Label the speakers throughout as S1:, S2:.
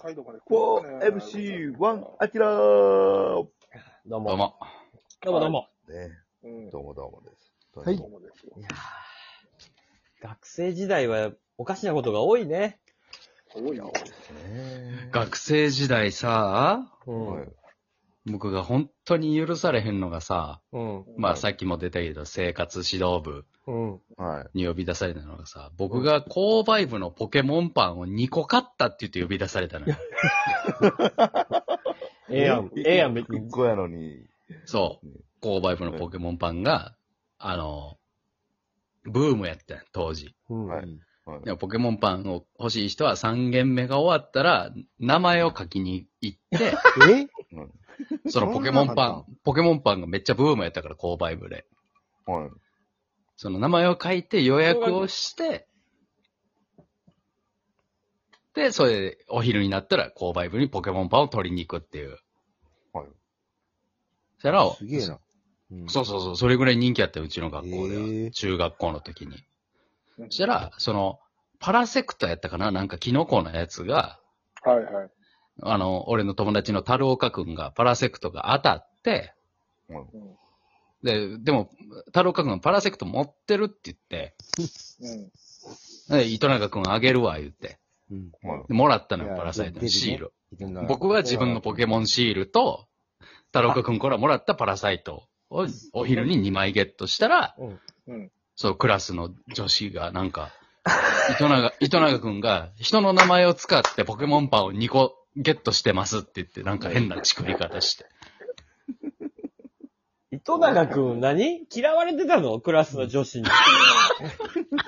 S1: 海道まで。
S2: 4MC1、アキラー
S3: どう
S4: どう
S3: も。
S4: も。
S3: どうもどうも。
S2: ね、
S1: うん。
S2: どうもどうもです。
S1: はい。どうもですよ
S3: いやー学生時代はおかしなことが多いね。
S1: すごいよ。
S2: ね
S4: 学生時代さ、
S3: う
S2: は
S3: ん。
S2: い。
S4: 僕が本当に許されへんのがさ、
S3: うん。
S4: まあさっきも出たけど、生活指導部
S3: うん。
S2: はい。
S4: に呼び出されたのがさ、僕が購買部のポケモンパンを2個買ったって言って呼び出されたのよ。
S3: ええやん。ええやん、別
S2: 一
S3: に。
S2: 個やのに。
S4: そう
S2: うん。
S4: 購買部のポケモンパンが、あの、ブームやったやん、当時。
S3: うん
S2: はいはい
S4: でもポケモンパンを欲しい人は3軒目が終わったら、名前を書きに行って、
S3: え
S4: そのポケモン
S2: そんな
S4: パ
S2: んあっ
S4: ン、ポケモンパンがめっちゃブームやったから、購買部で。
S2: はい。
S4: その名前を書いて予約をして、で、それでお昼になったら購買部にポケモンパンを取りに行くっていう。
S2: はい。
S4: そしたら、
S2: すげえな。うん
S4: そうそうそう、それぐらい人気あったようちの学校では。
S2: へえ
S4: 中学校の時に。そしたら、その、パラセクターやったかななんかキノコのやつが、
S1: はいはい。
S4: あの、俺の友達の樽岡くんがパラセクトが当たって、
S1: うん。
S4: で、でも、樽岡くんがパラセクト持ってるって言って、
S1: うん。
S4: で糸永くんあげるわ、言って。
S5: うん。
S2: はい。
S4: でもらったの
S5: い
S4: よ、
S5: や
S4: パラサイトのシール。
S5: 僕
S4: 僕は自分のポケモンシールと、太郎くんからもらったパラサイトをお昼に2枚ゲットしたら、
S1: うん。
S4: そう、クラスの女子がなんか、糸永、 糸永くんが人の名前を使ってポケモンパンを2個ゲットしてますって言って、なんか変な作り方して。
S3: 糸永くん何嫌われてたのクラスの女子に。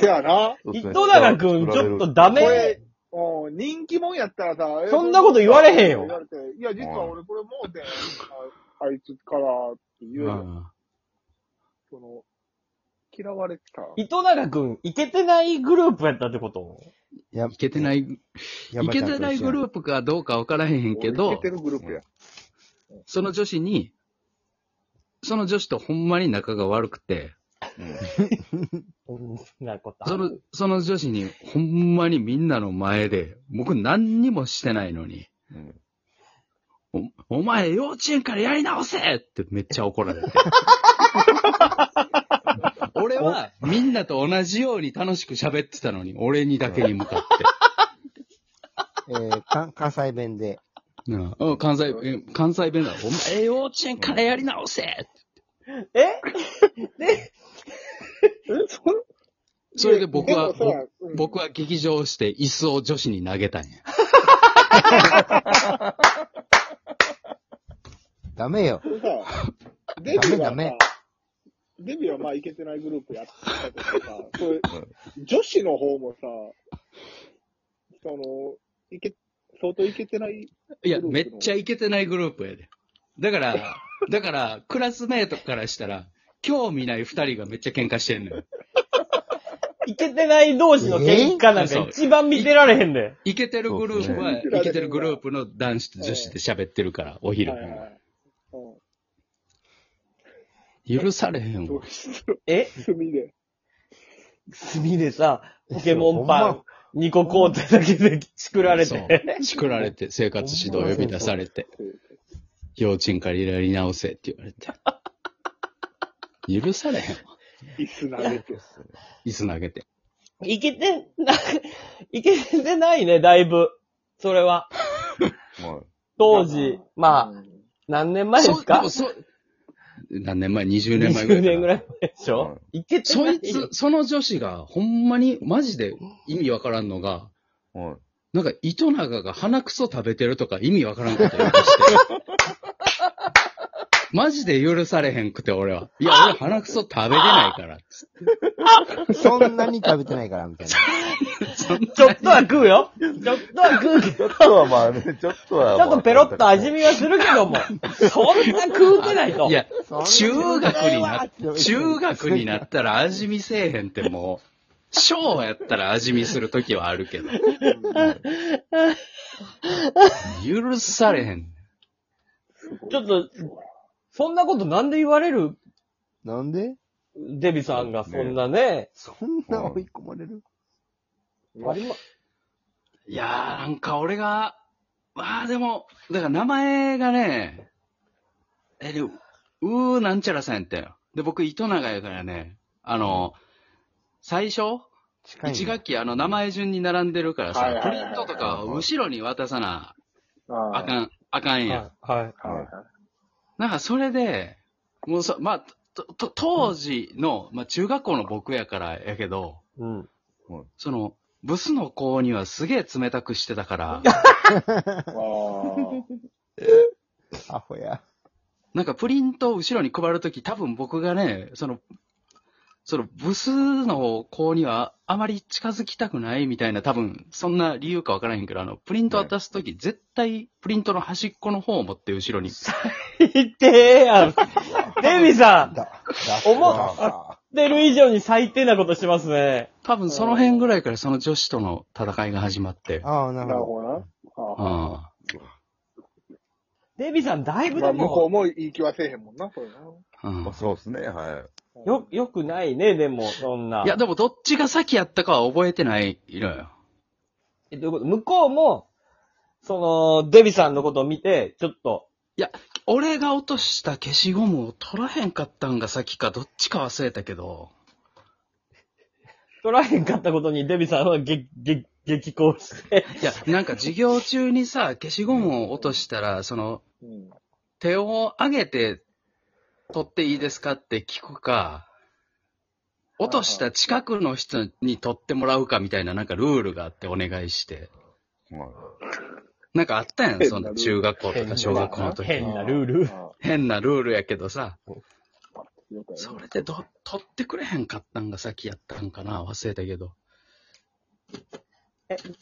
S1: せやな。
S3: 糸永くんちょっとダ
S1: これ
S3: メ。、
S1: お人気もんやったらさ、え
S3: そんなこと言われへんよ
S1: 言われていや、実は俺これもうてん、ああいつからっていうう、
S4: ん。
S1: その、嫌われてた。
S3: 糸永くん、いけてないグループやったってこと
S4: いけてない、い
S5: い
S4: けてないグル
S5: ー
S4: ープかどうかわからへんけ
S1: 俺い
S4: ど
S1: け、てるグループや。
S4: その女子に、その女子とほんまに仲が悪くて、
S3: うん。そんなことあ
S4: そ
S3: る。
S4: の、その女子に、ほんまにみんなの前で、僕何にもしてないのに、
S2: うん
S4: おお前幼稚園からやり直せってめっちゃ怒られて。俺はみんなと同じように楽しく喋ってたのに、俺にだけに向かって。
S5: プ。えー関 関西弁で。
S4: なあうん関西、え関西弁だ。お前幼稚園からやり直せって
S3: え
S4: それで僕は、
S1: でもさうん
S4: 僕は劇場して椅子を女子に投げたんや。
S5: ダメよ。
S1: でさ、デビューは
S5: ダメダメ
S1: さ、デビューはまあいけてないグループやったけど さ、そういう女子の方もさ、その、いけ、相当いけてない。
S4: いや、めっちゃイケてないグループやで。だから、 だから、クラスメートからしたら、興味ない二人がめっちゃ喧嘩してんのよ。
S3: いけてない同士の喧嘩なんか一番見てられへんで。
S4: イケてるグループは、
S1: そうですね
S4: イケてるグループの男子と女子で喋ってるから、お昼
S1: はい。はいうん
S4: 許されへん
S1: そ
S4: わ
S1: う。そう
S3: え
S1: 墨で。
S3: 炭でさ、ポケモンパン2個買うてだけで作られて。
S4: そう。しくられて、生活指導呼び出されて、幼稚園からやり直せって言われて。許されへんわ。
S1: 椅子投げて。
S4: 椅子投げて。
S3: いけてな、いけてないね、だいぶ。それは。
S2: はい。
S3: 当時、まあ、何年前ですか
S4: そう、でもそう何年前 ?20 年前ぐらいかな。
S3: 20年ぐらい前でしょ、いけて
S4: そ
S3: ない
S4: いつ、その女子が、ほんまに、マジで意味わからんのが、
S2: はい。
S4: なんか、糸永が鼻くそ食べてるとか意味わからんこと言い出 して。マジで許されへんくて、俺は。い や、俺鼻くそ食べれないから。つ
S5: そんなに食べてないから、みたいな。
S3: ちょっとは食うよ。ちょっとは食うけど。
S2: ちょっと はまあね、ちょっとはま
S3: ちょ
S2: あ。
S3: っとペロッと味見はするけども。そんな食うてないと。
S4: いや、
S5: そ
S4: 中
S5: んな
S4: 学
S5: に
S4: にな、中学になったら味見せえへんってもう、小やったら味見するときはあるけど。許されへん。
S3: ちょっと、そんなことなんで言われる
S5: なんで
S3: デビさんがそんなね。
S5: そんな追い込まれる
S3: ありま
S4: いやー、なんか俺が、まあでも、だから名前がね、え、でも、うーなんちゃらさんやったよ。で、僕、糸長やからね、あの、最初、
S5: 近いね。
S4: 一学期あの名前順に並んでるからさ、
S1: はいはい
S4: プ
S1: はい
S4: リ
S1: はい
S4: ントとかを後ろに渡さな
S1: あ
S4: あかん、あかんやん。
S3: はい。
S1: あはいはい
S4: なんかそれで、もうそ、まあ、と、と、当時の、まあ中学校の僕やからやけど、
S5: うん。
S4: その、ブスの子にはすげえ冷たくしてたから、
S1: あー。
S5: アホや。
S4: なんかプリントを後ろに配るとき、多分僕がね、その、そのブスの子にはあまり近づきたくないみたいな、多分そんな理由かわからへんけど、あの、プリント渡すとき、絶対プリントの端っこの方を持って後ろに。
S3: 言ってえやん。デビさん、知
S5: だ。
S3: 思うっ
S5: だ
S3: てる以上に最低なことしますね。
S4: 多分その辺ぐらいからその女子との戦いが始まって。
S5: ああ、な
S1: な
S5: る
S1: る
S5: ほ
S1: ほどな。はあ
S4: あ
S3: デビさん、だいぶ
S1: ま
S3: で
S1: あ、向こう
S3: も、
S1: も言い気はせえへんもんな、それな。
S4: あ、うん
S2: まあ、そうですね、はい。
S1: うん
S3: よ、よくないね、でも、そんな。
S4: いや、でもどっちが先やったかは覚えてないのよ。
S3: えどういうこと向こうも、その、デビさんのことを見て、ちょっと、
S4: 俺が落とした消しゴムを取らへんかったんが先かどっちか忘れたけど、
S3: 取らへんかったことにデビさんは激、激、激高して。
S4: いや、なんか授業中にさ、消しゴムを落としたら、その、
S1: うん。
S4: 手を上げて取っていいですかって聞くか、落とした近くの人に取ってもらうかみたいななんかルールがあってお願いして。
S2: はい
S4: なんかあったやん、その中学校とか 小学校の時。
S3: 変なルール。
S1: あ
S4: 変なルールやけどさ。
S1: ーよくやる
S4: それでど、取ってくれへんかったんが先やったんかな忘れたけど。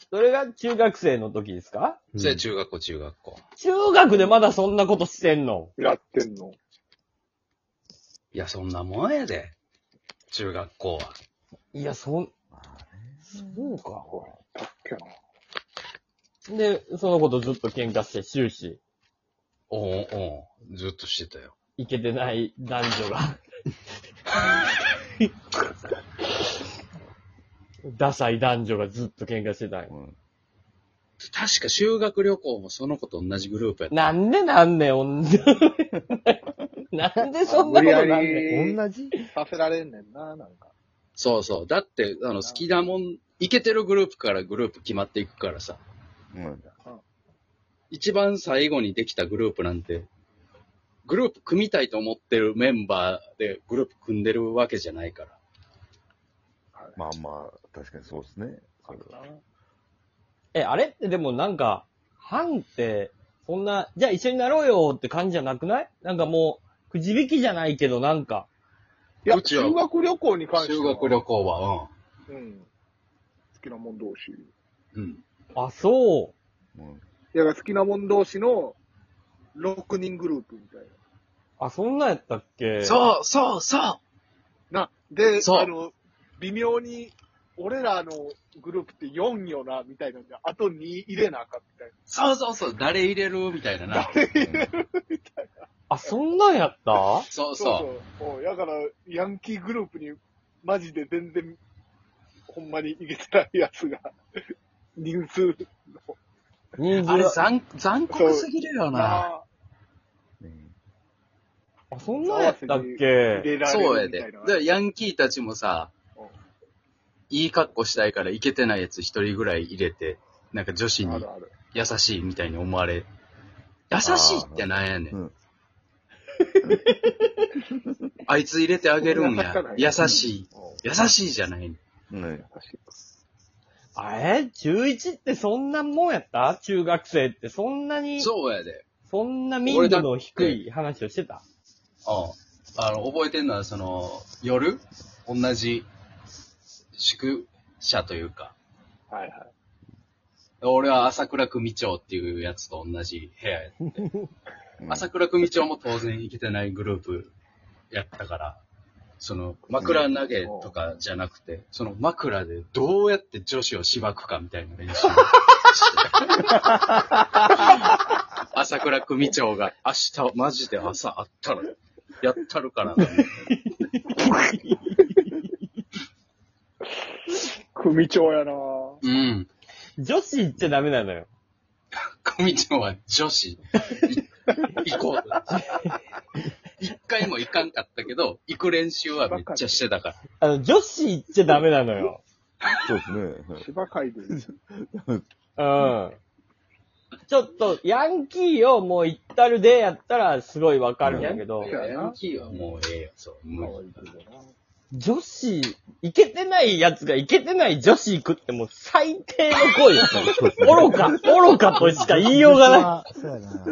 S3: それが中学生の時ですか
S5: ど。
S4: それ中学校、中学校。
S3: 中学でまだそんなことしてんの
S1: やってんの。
S4: いや、そんなもんやで。中学校は。
S3: いや、そん、
S2: ま
S3: そうか。
S1: ほら、たっけな。
S3: で、そのことずっと喧嘩して終始、
S4: おうおうずっとしてたよ。
S3: いけてない男女 が。ダサい男女がずっと喧嘩してたん
S2: あ
S3: や
S2: ね
S4: 確か修学旅行もその子と同じグループやった。
S3: なんでなんねん、女。なんでそんな
S1: 無理
S3: こ
S1: や
S3: となんねん。
S1: り
S5: 同じ
S1: させられんねんな、なんか。
S4: そうそう。だって、あの、好きなもん、いけてるグループからグループ決まっていくからさ。
S2: うん。うん
S4: 一番最後にできたグループなんて、グループ組みたいと思ってるメンバーでグループ組んでるわけじゃないから。
S2: まあまあ、確かにそうですね。それは
S3: え、あれってでもなんか、班って、そんな、じゃあ一緒になろうよって感じじゃなくないなんかもう、くじ引きじゃないけどなんか、
S1: いや、
S4: うちは
S1: 修学旅行に関しては。
S4: 修学旅行は、
S1: うん。好きなもん同士。
S4: うん。うん。
S3: あ、そう。
S2: うん。
S1: いや、好きなもん同士の6人グループみたい
S3: あ、そんなんやったっけ
S4: そうそうそう
S1: な。な、で、
S4: そう
S1: あの、微妙に、俺らのグループって4よな、みたいなんで、あと2入れなあかんみたい
S4: そうそうそう、誰入れるみたいなな。
S3: あ、そんなんやった
S4: そう
S1: な。
S4: そう。
S1: そうそう。おうだから、ヤンキーグループに、マジで全然、ほんまにいけてないやつが、 人数の。
S3: 人数
S4: あれ
S3: が
S4: 残残酷すぎるよな。
S1: あ
S2: うん
S3: あ、そんなんやったっ
S1: 入
S3: け
S1: れら
S4: そう
S1: れ
S4: や
S1: るみ
S4: で。
S1: た
S4: だ
S1: いな。
S4: からヤンキーたちもさ
S1: うん、
S4: いい格好したいからイケてないやつ一人ぐらい入れて、なんか女子
S1: あ
S4: に
S1: るある。
S4: 優しいみたいに思われ。優しいってなんやね
S2: うんん。
S4: あいつ入れてあげるんや。優
S1: 優
S4: しい。
S1: おう
S4: 優しいじゃない。
S2: ね
S1: 優しい
S3: あれ中1ってそんなもんやった中学生ってそんなに、
S4: そうやで。
S3: そんな民度の低い話をしてた
S4: うん。あの、覚えてんのは、その、夜、同じ宿舎というか、
S1: はいはい。
S4: 俺は朝倉組長っていうやつと同じ部屋や。
S2: うん
S4: 朝倉組長も当然行けてないグループやったから、その、枕投げとかじゃなくて、その枕でどうやって女子をしばくかみたいな練 習をしてた。朝倉組長が明日、マジで朝あったら、やったるからな。
S1: 組長やなぁ。
S4: うん。
S3: 女子行っちゃダメなのよ。
S4: 組長は女子、い行こうと。一回も行かんかったけど、行く練習はめっちゃしてたから。
S3: あの、女子行っちゃダメなのよ。
S2: そうですね。
S1: 芝海で。
S3: うん。ちょっと、ヤンキーをもう行ったるでやったらすごいわかるんだけど、
S1: うん
S4: ヤンキーはもうええよ、そう。もう
S3: 女子、行けてないやつが行けてない女子行くってもう最低の行為だ
S2: そうですね。
S3: 愚か、愚かとしか言いようがない。
S5: い。そうやな。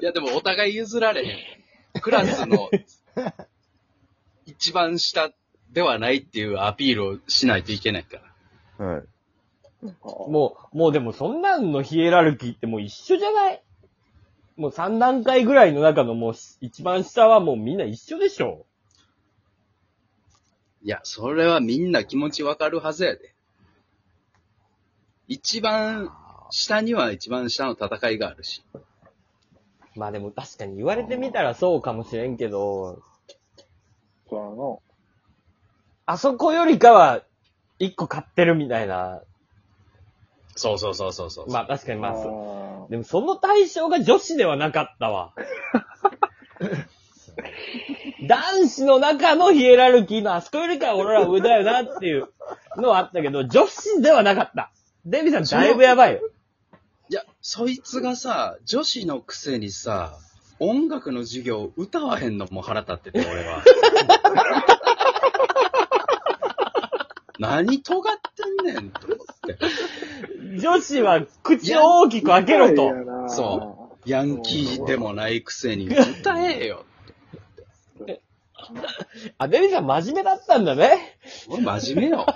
S4: いや、でもお互い譲られへん。クラスの一番下ではないっていうアピールをしないといけないから。
S2: はい。
S1: も
S3: もう、もうでもそんなんのヒエラルキーってもう一緒じゃないもう3段階ぐらいの中のもう一番下はもうみんな一緒でしょ
S4: いや、それはみんな気持ちわかるはずやで。一番下には一番下の戦いがあるし。
S3: まあでも確かに言われてみたらそうかもしれんけど、
S1: う、そうなの。
S3: あそこよりかは一個買ってるみたいな。
S4: そうそうそうそうそう。
S3: まあ確かにまあそう。
S1: あ
S3: でもその対象が女子ではなかっ たわ。男子の中のヒエラルキーのあそこよりかは俺ら上だよなっていうのはあったけど、女子ではなかった。デビさんだいぶやばいよ。
S4: いや、そいつがさ、女子のくせにさ、音楽の授業歌わへんのも腹立ってて、俺は。何尖ってんねんと思って。
S3: 女子は口を大きく開けろと。
S4: そヤンキーでもないくせに歌えよ。
S3: あ、デビさん真面目だったんだね。
S4: 俺真面目よ。